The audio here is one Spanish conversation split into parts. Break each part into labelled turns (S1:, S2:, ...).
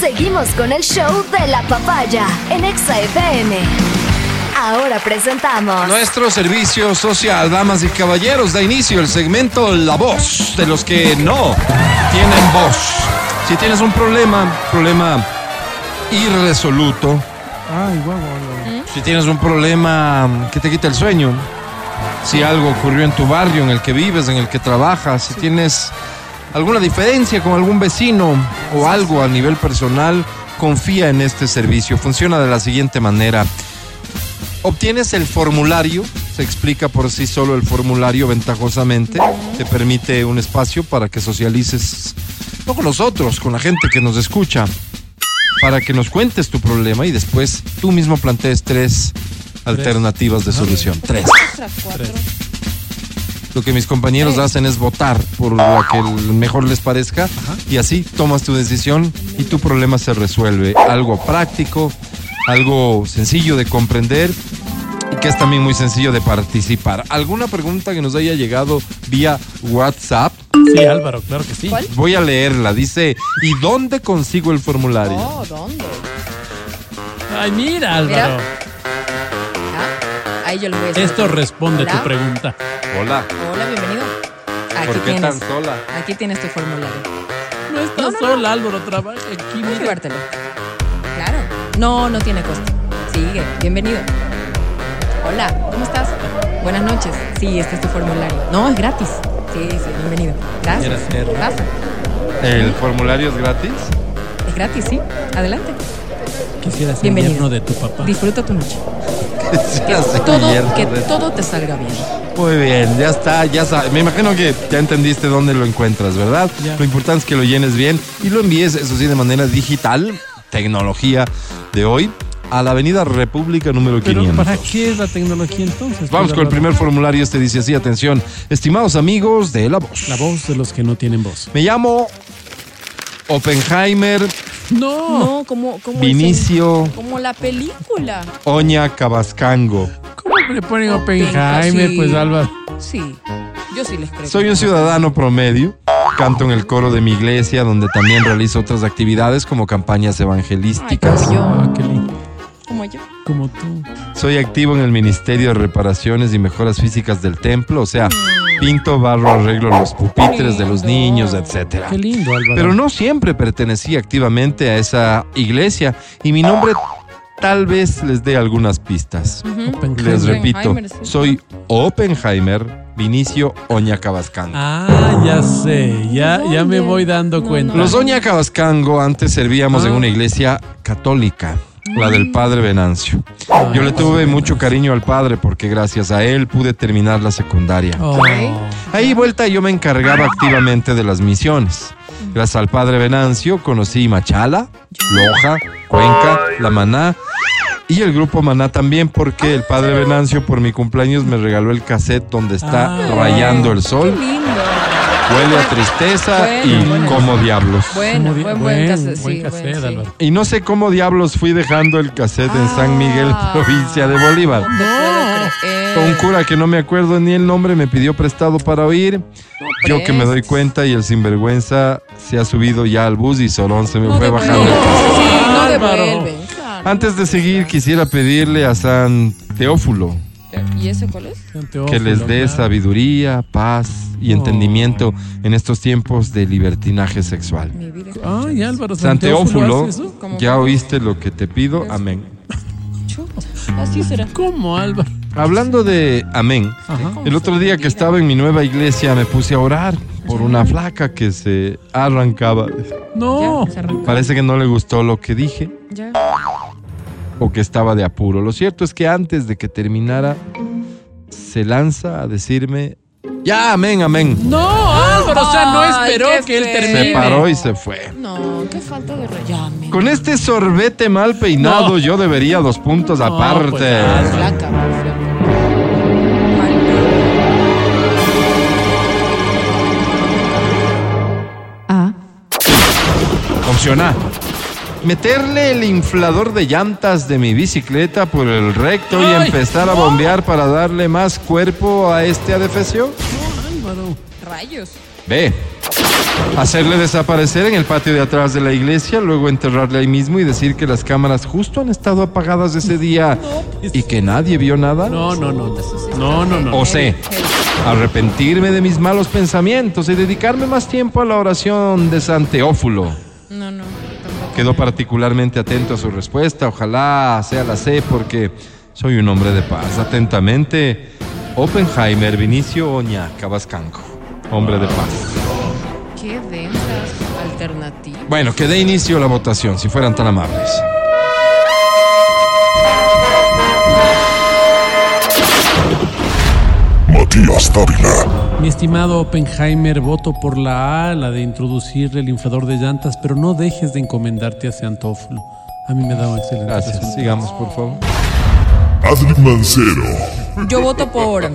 S1: Seguimos con el show de la papaya en Exa FM. Ahora presentamos.
S2: Nuestro servicio social, damas y caballeros, da inicio el segmento La Voz de los que no tienen voz. Si tienes un problema, problema irresoluto,
S3: Ay, guau, guau, guau.
S2: si tienes un problema que te quita el sueño, si algo ocurrió en tu barrio, en el que vives, en el que trabajas, si tienes alguna diferencia con algún vecino o algo a nivel personal, confía en este servicio. Funciona de la siguiente manera. Obtienes el formulario, se explica por sí solo el formulario ventajosamente, te permite un espacio para que socialices, no con nosotros, con la gente que nos escucha, para que nos cuentes tu problema y después tú mismo plantees tres alternativas de solución. Tres. Lo que mis compañeros hacen es votar por la que el mejor les parezca y así tomas tu decisión y tu problema se resuelve. Algo práctico, algo sencillo de comprender y que es también muy sencillo de participar. ¿Alguna pregunta que nos haya llegado vía WhatsApp?
S3: Sí, Álvaro, claro que sí.
S4: ¿Cuál?
S2: Voy a leerla. Dice, ¿y dónde consigo el formulario?
S4: No, ¿dónde?
S3: Ay, mira, Álvaro.
S4: Ah, ahí yo lo voy a hacer.
S3: Esto responde
S4: Hola.
S3: tu pregunta.
S2: Hola,
S4: Hola, bienvenido. Aquí
S2: ¿por qué
S4: tienes.
S2: tan sola?
S4: Aquí tienes tu formulario.
S3: No estás sola, Álvaro, trabaja aquí.
S4: Puedes
S3: Mira.
S4: llevártelo. Claro. No, no tiene costo. Sigue. Bienvenido. Hola, ¿cómo estás? Buenas noches. Sí, este es tu formulario. No, es gratis. Sí, sí, bienvenido. Gracias.
S3: Quiero hacer-
S4: Pasa.
S2: ¿El formulario es gratis?
S4: Es gratis, sí. Adelante.
S3: Quisiera ser
S4: Bienvenido.
S3: yerno de tu papá.
S4: Disfruta tu noche.
S2: Ya sé,
S4: Todo,
S2: mierda,
S4: que
S2: de-
S4: todo te salga bien.
S2: Muy bien, ya está, ya sabes. Me imagino que ya entendiste dónde lo encuentras, ¿verdad?
S3: Ya.
S2: Lo importante es que lo llenes bien y lo envíes, eso sí, de manera digital, tecnología de hoy, a la Avenida República número
S3: Pero
S2: 500.
S3: ¿para qué es la tecnología entonces?
S2: Vamos con el primer formulario, este dice así, atención, estimados amigos de La Voz.
S3: La voz de los que no tienen voz.
S2: Me llamo Oppenheimer
S3: No.
S4: No, como, como el
S2: Vinicio
S4: sen- como la película.
S2: Oña Cabascango.
S3: ¿Cómo le ponen
S4: Oppenheimer,
S3: Oppenheimer?
S4: sí.
S3: Pues, Álvaro.
S4: Sí. Yo sí les creo.
S2: Soy un ciudadano promedio. Canto en el coro de mi iglesia, donde también realizo otras actividades como campañas
S4: Ay,
S2: evangelísticas.
S4: como yo.
S3: Ah, qué lindo.
S4: Como yo.
S3: Como tú.
S2: Soy activo en el Ministerio de Reparaciones y Mejoras Físicas del Templo, o sea, pinto, barro, arreglo los pupitres de los niños, etcétera.
S3: Qué lindo, Álvaro.
S2: Pero no siempre pertenecí activamente a esa iglesia y mi nombre tal vez les dé algunas pistas.
S3: Oppenheimer.
S2: Les repito,
S4: Oppenheimer, sí.
S2: soy Oppenheimer Vinicio Oñacabascango.
S3: Ah, ya sé. Ya, ya me
S4: ¿Dónde?
S3: voy dando
S4: No.
S3: cuenta.
S2: Los Oñacabascango antes servíamos
S3: Ah.
S2: en una iglesia católica, la del
S4: Mm.
S2: padre Venancio. Yo
S3: Ah.
S2: le tuve mucho cariño al padre porque gracias a él pude terminar la secundaria.
S3: Oh.
S2: Ahí vuelta yo me encargaba activamente de las misiones. Gracias al padre Venancio conocí Machala, Loja, Cuenca, La Maná y el grupo Maná también porque el padre Venancio por mi cumpleaños me regaló el cassette donde está
S3: Ah.
S2: rayando el
S4: Qué
S2: sol,
S4: lindo.
S2: huele a tristeza y
S4: Bueno, bueno.
S2: como diablos.
S4: Bueno,
S3: Muy bien,
S4: buen, buen, cassette,
S3: buen
S4: sí,
S3: cassette,
S4: buen, sí.
S3: Álvaro.
S2: Y no sé cómo diablos fui dejando el cassette en San Miguel,
S4: Ah.
S2: provincia de Bolívar.
S4: No te puedo
S2: Un
S4: creer.
S2: cura que no me acuerdo ni el nombre me pidió prestado para oír.
S4: No
S2: Yo que me doy
S4: prestes.
S2: cuenta y el sinvergüenza se ha subido ya al bus y Solón se me
S4: No
S2: fue
S4: devuelve.
S2: bajando.
S4: Sí, no
S3: Álvaro.
S4: devuelve. Claro.
S2: Antes de seguir, quisiera pedirle a San Teófulo
S4: ¿Y eso cuál es?
S2: que les dé sabiduría, paz y
S3: Oh.
S2: entendimiento en estos tiempos de libertinaje sexual.
S4: Mi vida.
S3: Ay, Álvaro,
S2: San Teófulo,
S4: ¿Cómo?
S2: ya oíste lo que te pido, amén.
S4: Chuta. Así será.
S3: ¿Cómo, Álvaro?
S2: Hablando de amén,
S4: Ah.
S3: Ajá.
S2: El otro día que estaba en mi nueva iglesia me puse a orar por una flaca que se arrancaba.
S3: No.
S4: Ya, se arrancó.
S2: Parece que no le gustó lo que dije
S4: Ya.
S2: o que estaba de apuro. Lo cierto es que antes de que terminara se lanza a decirme, ya, amén, amén.
S3: No, Álvaro, o sea, no
S4: Ay,
S3: esperó
S4: qué
S3: que él
S4: feo.
S3: termine.
S2: Se paró y se fue.
S4: No, qué falta de rayame.
S2: Con este sorbete mal peinado
S3: No.
S2: yo debería dos puntos
S3: No,
S2: aparte.
S3: pues, Álvaro.
S4: Flaca, muy flaca. Mal. Ah.
S2: Opción A. Meterle el inflador de llantas de mi bicicleta por el recto y
S3: ¡Ay!
S2: empezar a bombear para darle más cuerpo a este adefesio.
S3: Álvaro.
S4: Rayos.
S2: B. hacerle desaparecer en el patio de atrás de la iglesia, luego enterrarle ahí mismo y decir que las cámaras justo han estado apagadas ese día y que nadie vio nada.
S3: No, no, no. No, no, no.
S2: O sé, arrepentirme de mis malos pensamientos y dedicarme más tiempo a la oración de San Teófulo.
S4: No, no. tampoco.
S2: Quedó particularmente atento a su respuesta. Ojalá sea la C porque soy un hombre de paz. Atentamente, Oppenheimer Vinicio Oña Cabascanco. Hombre de paz.
S4: Qué densas alternativas.
S2: Bueno, que dé inicio la votación, si fueran tan amables.
S5: Matías Dávila,
S3: Mi estimado Oppenheimer, voto por la A, la de introducirle el inflador de llantas, pero no dejes de encomendarte a Seantófilo. A mí me da un excelente
S2: Gracias.
S3: resultado.
S2: Sigamos, por favor.
S5: Adri Mancero,
S4: Yo voto por,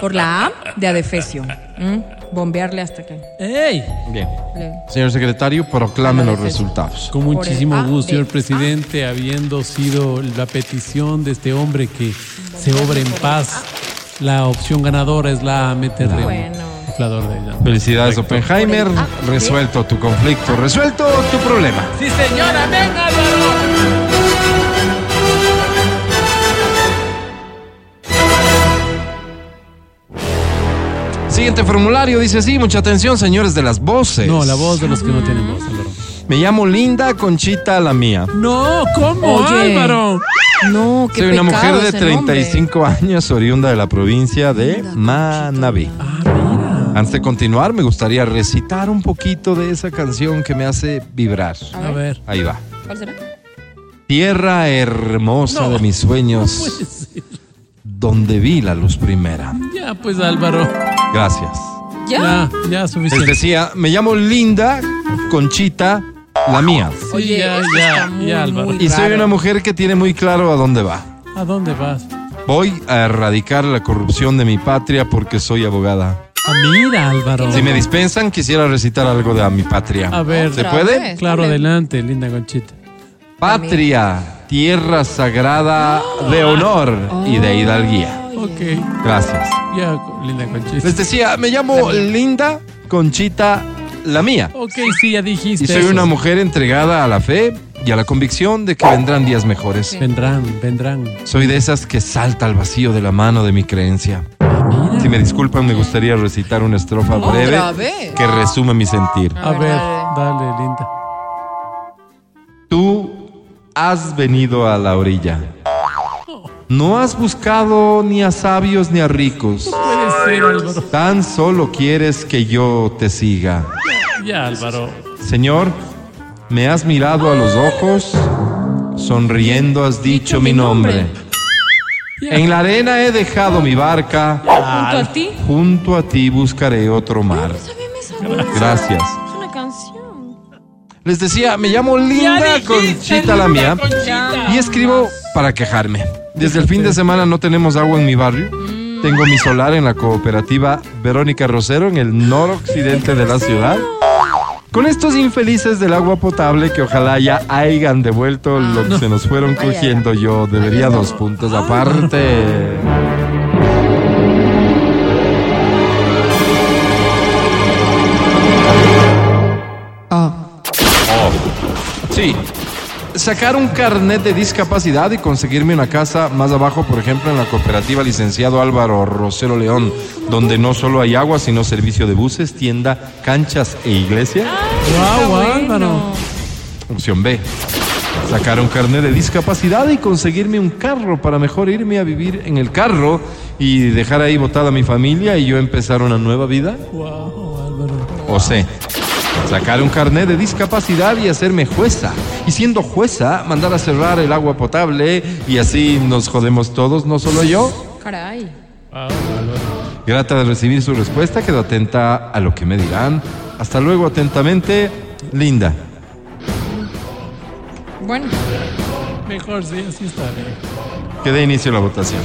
S4: por la A de adefesio. ¿m? Bombearle hasta que.
S3: ¡Ey!
S2: Bien.
S4: le-
S2: Señor secretario, proclame los resultados.
S3: Con
S4: Por
S3: muchísimo
S4: el A
S3: gusto,
S4: de
S3: señor presidente, habiendo sido la petición de este hombre que se obra en paz, la opción ganadora es la A, meterle
S4: Ah, Bueno.
S3: un inflador de llantas.
S2: Felicidades, Oppenheimer.
S4: Por el- ah,
S2: Resuelto tu conflicto, resuelto tu problema.
S3: ¡Sí, señora! ¡Venga,
S2: Siguiente formulario dice así: mucha atención, señores de las voces.
S3: No, la voz de los que no tienen voz, Álvaro.
S2: Me llamo Linda Conchita, la mía.
S3: No, ¿cómo,
S4: Oye.
S3: Álvaro?
S4: No, qué
S2: Soy una
S4: pecado
S2: mujer de
S4: ese nombre.
S2: 35 años, oriunda de la provincia de Manabí. Antes de continuar, me gustaría recitar un poquito de esa canción que me hace vibrar.
S3: A ver.
S2: Ahí va.
S4: ¿Cuál será?
S2: Tierra hermosa
S3: No.
S2: de mis
S3: No puede
S2: sueños,
S3: ser.
S2: donde vi la luz primera.
S3: Ya, pues, Álvaro.
S2: Gracias.
S4: ¿Ya?
S3: Ya, ya,
S2: Les
S3: suficiente.
S2: decía, me llamo Linda Conchita, la mía.
S3: Sí,
S4: Oye,
S3: ya,
S4: esto
S3: ya,
S4: está muy,
S3: ya, Álvaro.
S4: muy-
S2: Y soy
S4: Claro.
S2: una mujer que tiene muy claro a dónde va.
S3: ¿A dónde vas?
S2: Voy a erradicar la corrupción de mi patria porque soy abogada.
S3: Ah, mira, Álvaro.
S2: Si me dispensan, quisiera recitar algo de a mi patria.
S3: A ver.
S2: ¿Se
S4: Otra
S2: puede?
S4: vez.
S3: Claro,
S4: Dale.
S3: adelante, linda Conchita.
S2: Patria, tierra sagrada de honor y
S3: Oh.
S2: de hidalguía.
S3: Ok,
S2: Gracias.
S3: ya, linda Conchita.
S2: Les decía, me llamo Linda Conchita, la mía.
S3: Ok, sí, ya dijiste.
S2: Y soy
S3: eso.
S2: una mujer entregada a la fe y a la convicción de que vendrán días mejores.
S3: Vendrán, vendrán.
S2: Soy de esas que salta al vacío de la mano de mi creencia.
S3: Ah, mira.
S2: Si me disculpan, me gustaría recitar una estrofa breve
S4: Otra vez.
S2: que resume mi sentir.
S3: A ver, dale, linda.
S2: Tú has venido a la orilla. No has buscado ni a sabios ni a ricos.
S3: Puede ser, Álvaro.
S2: Tan solo quieres que yo te siga.
S3: Ya, Álvaro.
S2: Señor, me has mirado a los ojos, sonriendo has dicho mi nombre.
S3: Ya.
S2: En la arena he dejado mi barca,
S4: Junto a ti.
S2: junto a ti buscaré otro mar.
S4: pues
S2: Gracias.
S4: Es una canción.
S2: Les decía, me llamo Linda Conchita la mía y escribo para quejarme. Desde el fin de semana no tenemos agua en mi barrio.
S4: Mm.
S2: Tengo mi solar en la cooperativa Verónica Rosero en el noroccidente de la ciudad. Con estos infelices del agua potable que ojalá ya hayan devuelto lo que se nos fueron
S4: Ah. Ay, ay,
S2: cogiendo yo. Debería dos puntos aparte. Sí. Sacar un carnet de discapacidad y conseguirme una casa más abajo, por ejemplo, en la cooperativa licenciado Álvaro Rosero León, donde no solo hay agua, sino servicio de buses, tienda, canchas e iglesia.
S3: Guau, Álvaro.
S4: bueno.
S2: Opción B. Sacar un carnet de discapacidad y conseguirme un carro para mejor irme a vivir en el carro y dejar ahí botada a mi familia y yo empezar una nueva vida.
S3: Guau, Álvaro.
S2: O C. Sacar un carnet de discapacidad y hacerme jueza. Y siendo jueza, mandar a cerrar el agua potable y así nos jodemos todos, no solo yo.
S4: Caray.
S2: Grata de recibir su respuesta, quedo atenta a lo que me dirán. Hasta luego, atentamente, Linda.
S4: Bueno,
S3: Mejor sí, así está bien.
S2: Que dé inicio la votación.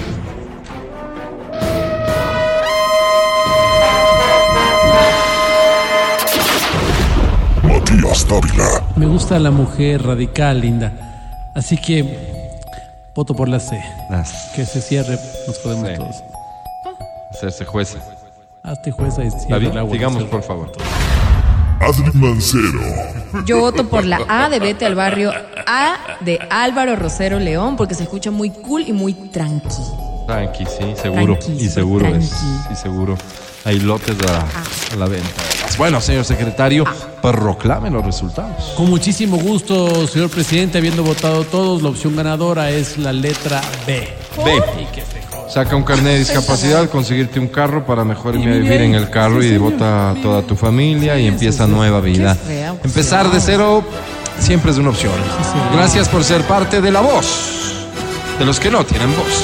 S5: Matías Dávila,
S3: Me gusta la mujer radical, linda. Así que voto por la C.
S2: Las-
S3: Que se cierre, nos podemos
S2: Sí.
S3: todos.
S2: Hacerse jueza.
S3: Hazte jueza y
S2: Está
S3: cierra
S2: bien,
S3: el agua.
S2: sigamos,
S3: Cierra.
S2: por favor.
S5: Adri Mancero,
S4: Yo voto por la A de Vete al Barrio, A de Álvaro Rosero León, porque se escucha muy cool y muy tranqui.
S2: Tranqui, sí, seguro.
S4: Tranqui,
S2: y seguro
S4: tranqui. Ah.
S2: es. Y seguro. Hay lotes a, a la venta. Bueno, señor secretario, proclame los resultados.
S3: Con muchísimo gusto, señor presidente, habiendo votado todos, la opción ganadora es la letra B.
S2: Ve. Saca un carnet de discapacidad, conseguirte un carro para mejor irme a vivir en el carro y vota a toda tu familia y empieza nueva vida.
S4: fea opción.
S2: Empezar de cero siempre es una opción. Gracias por ser parte de la voz de los que no tienen voz.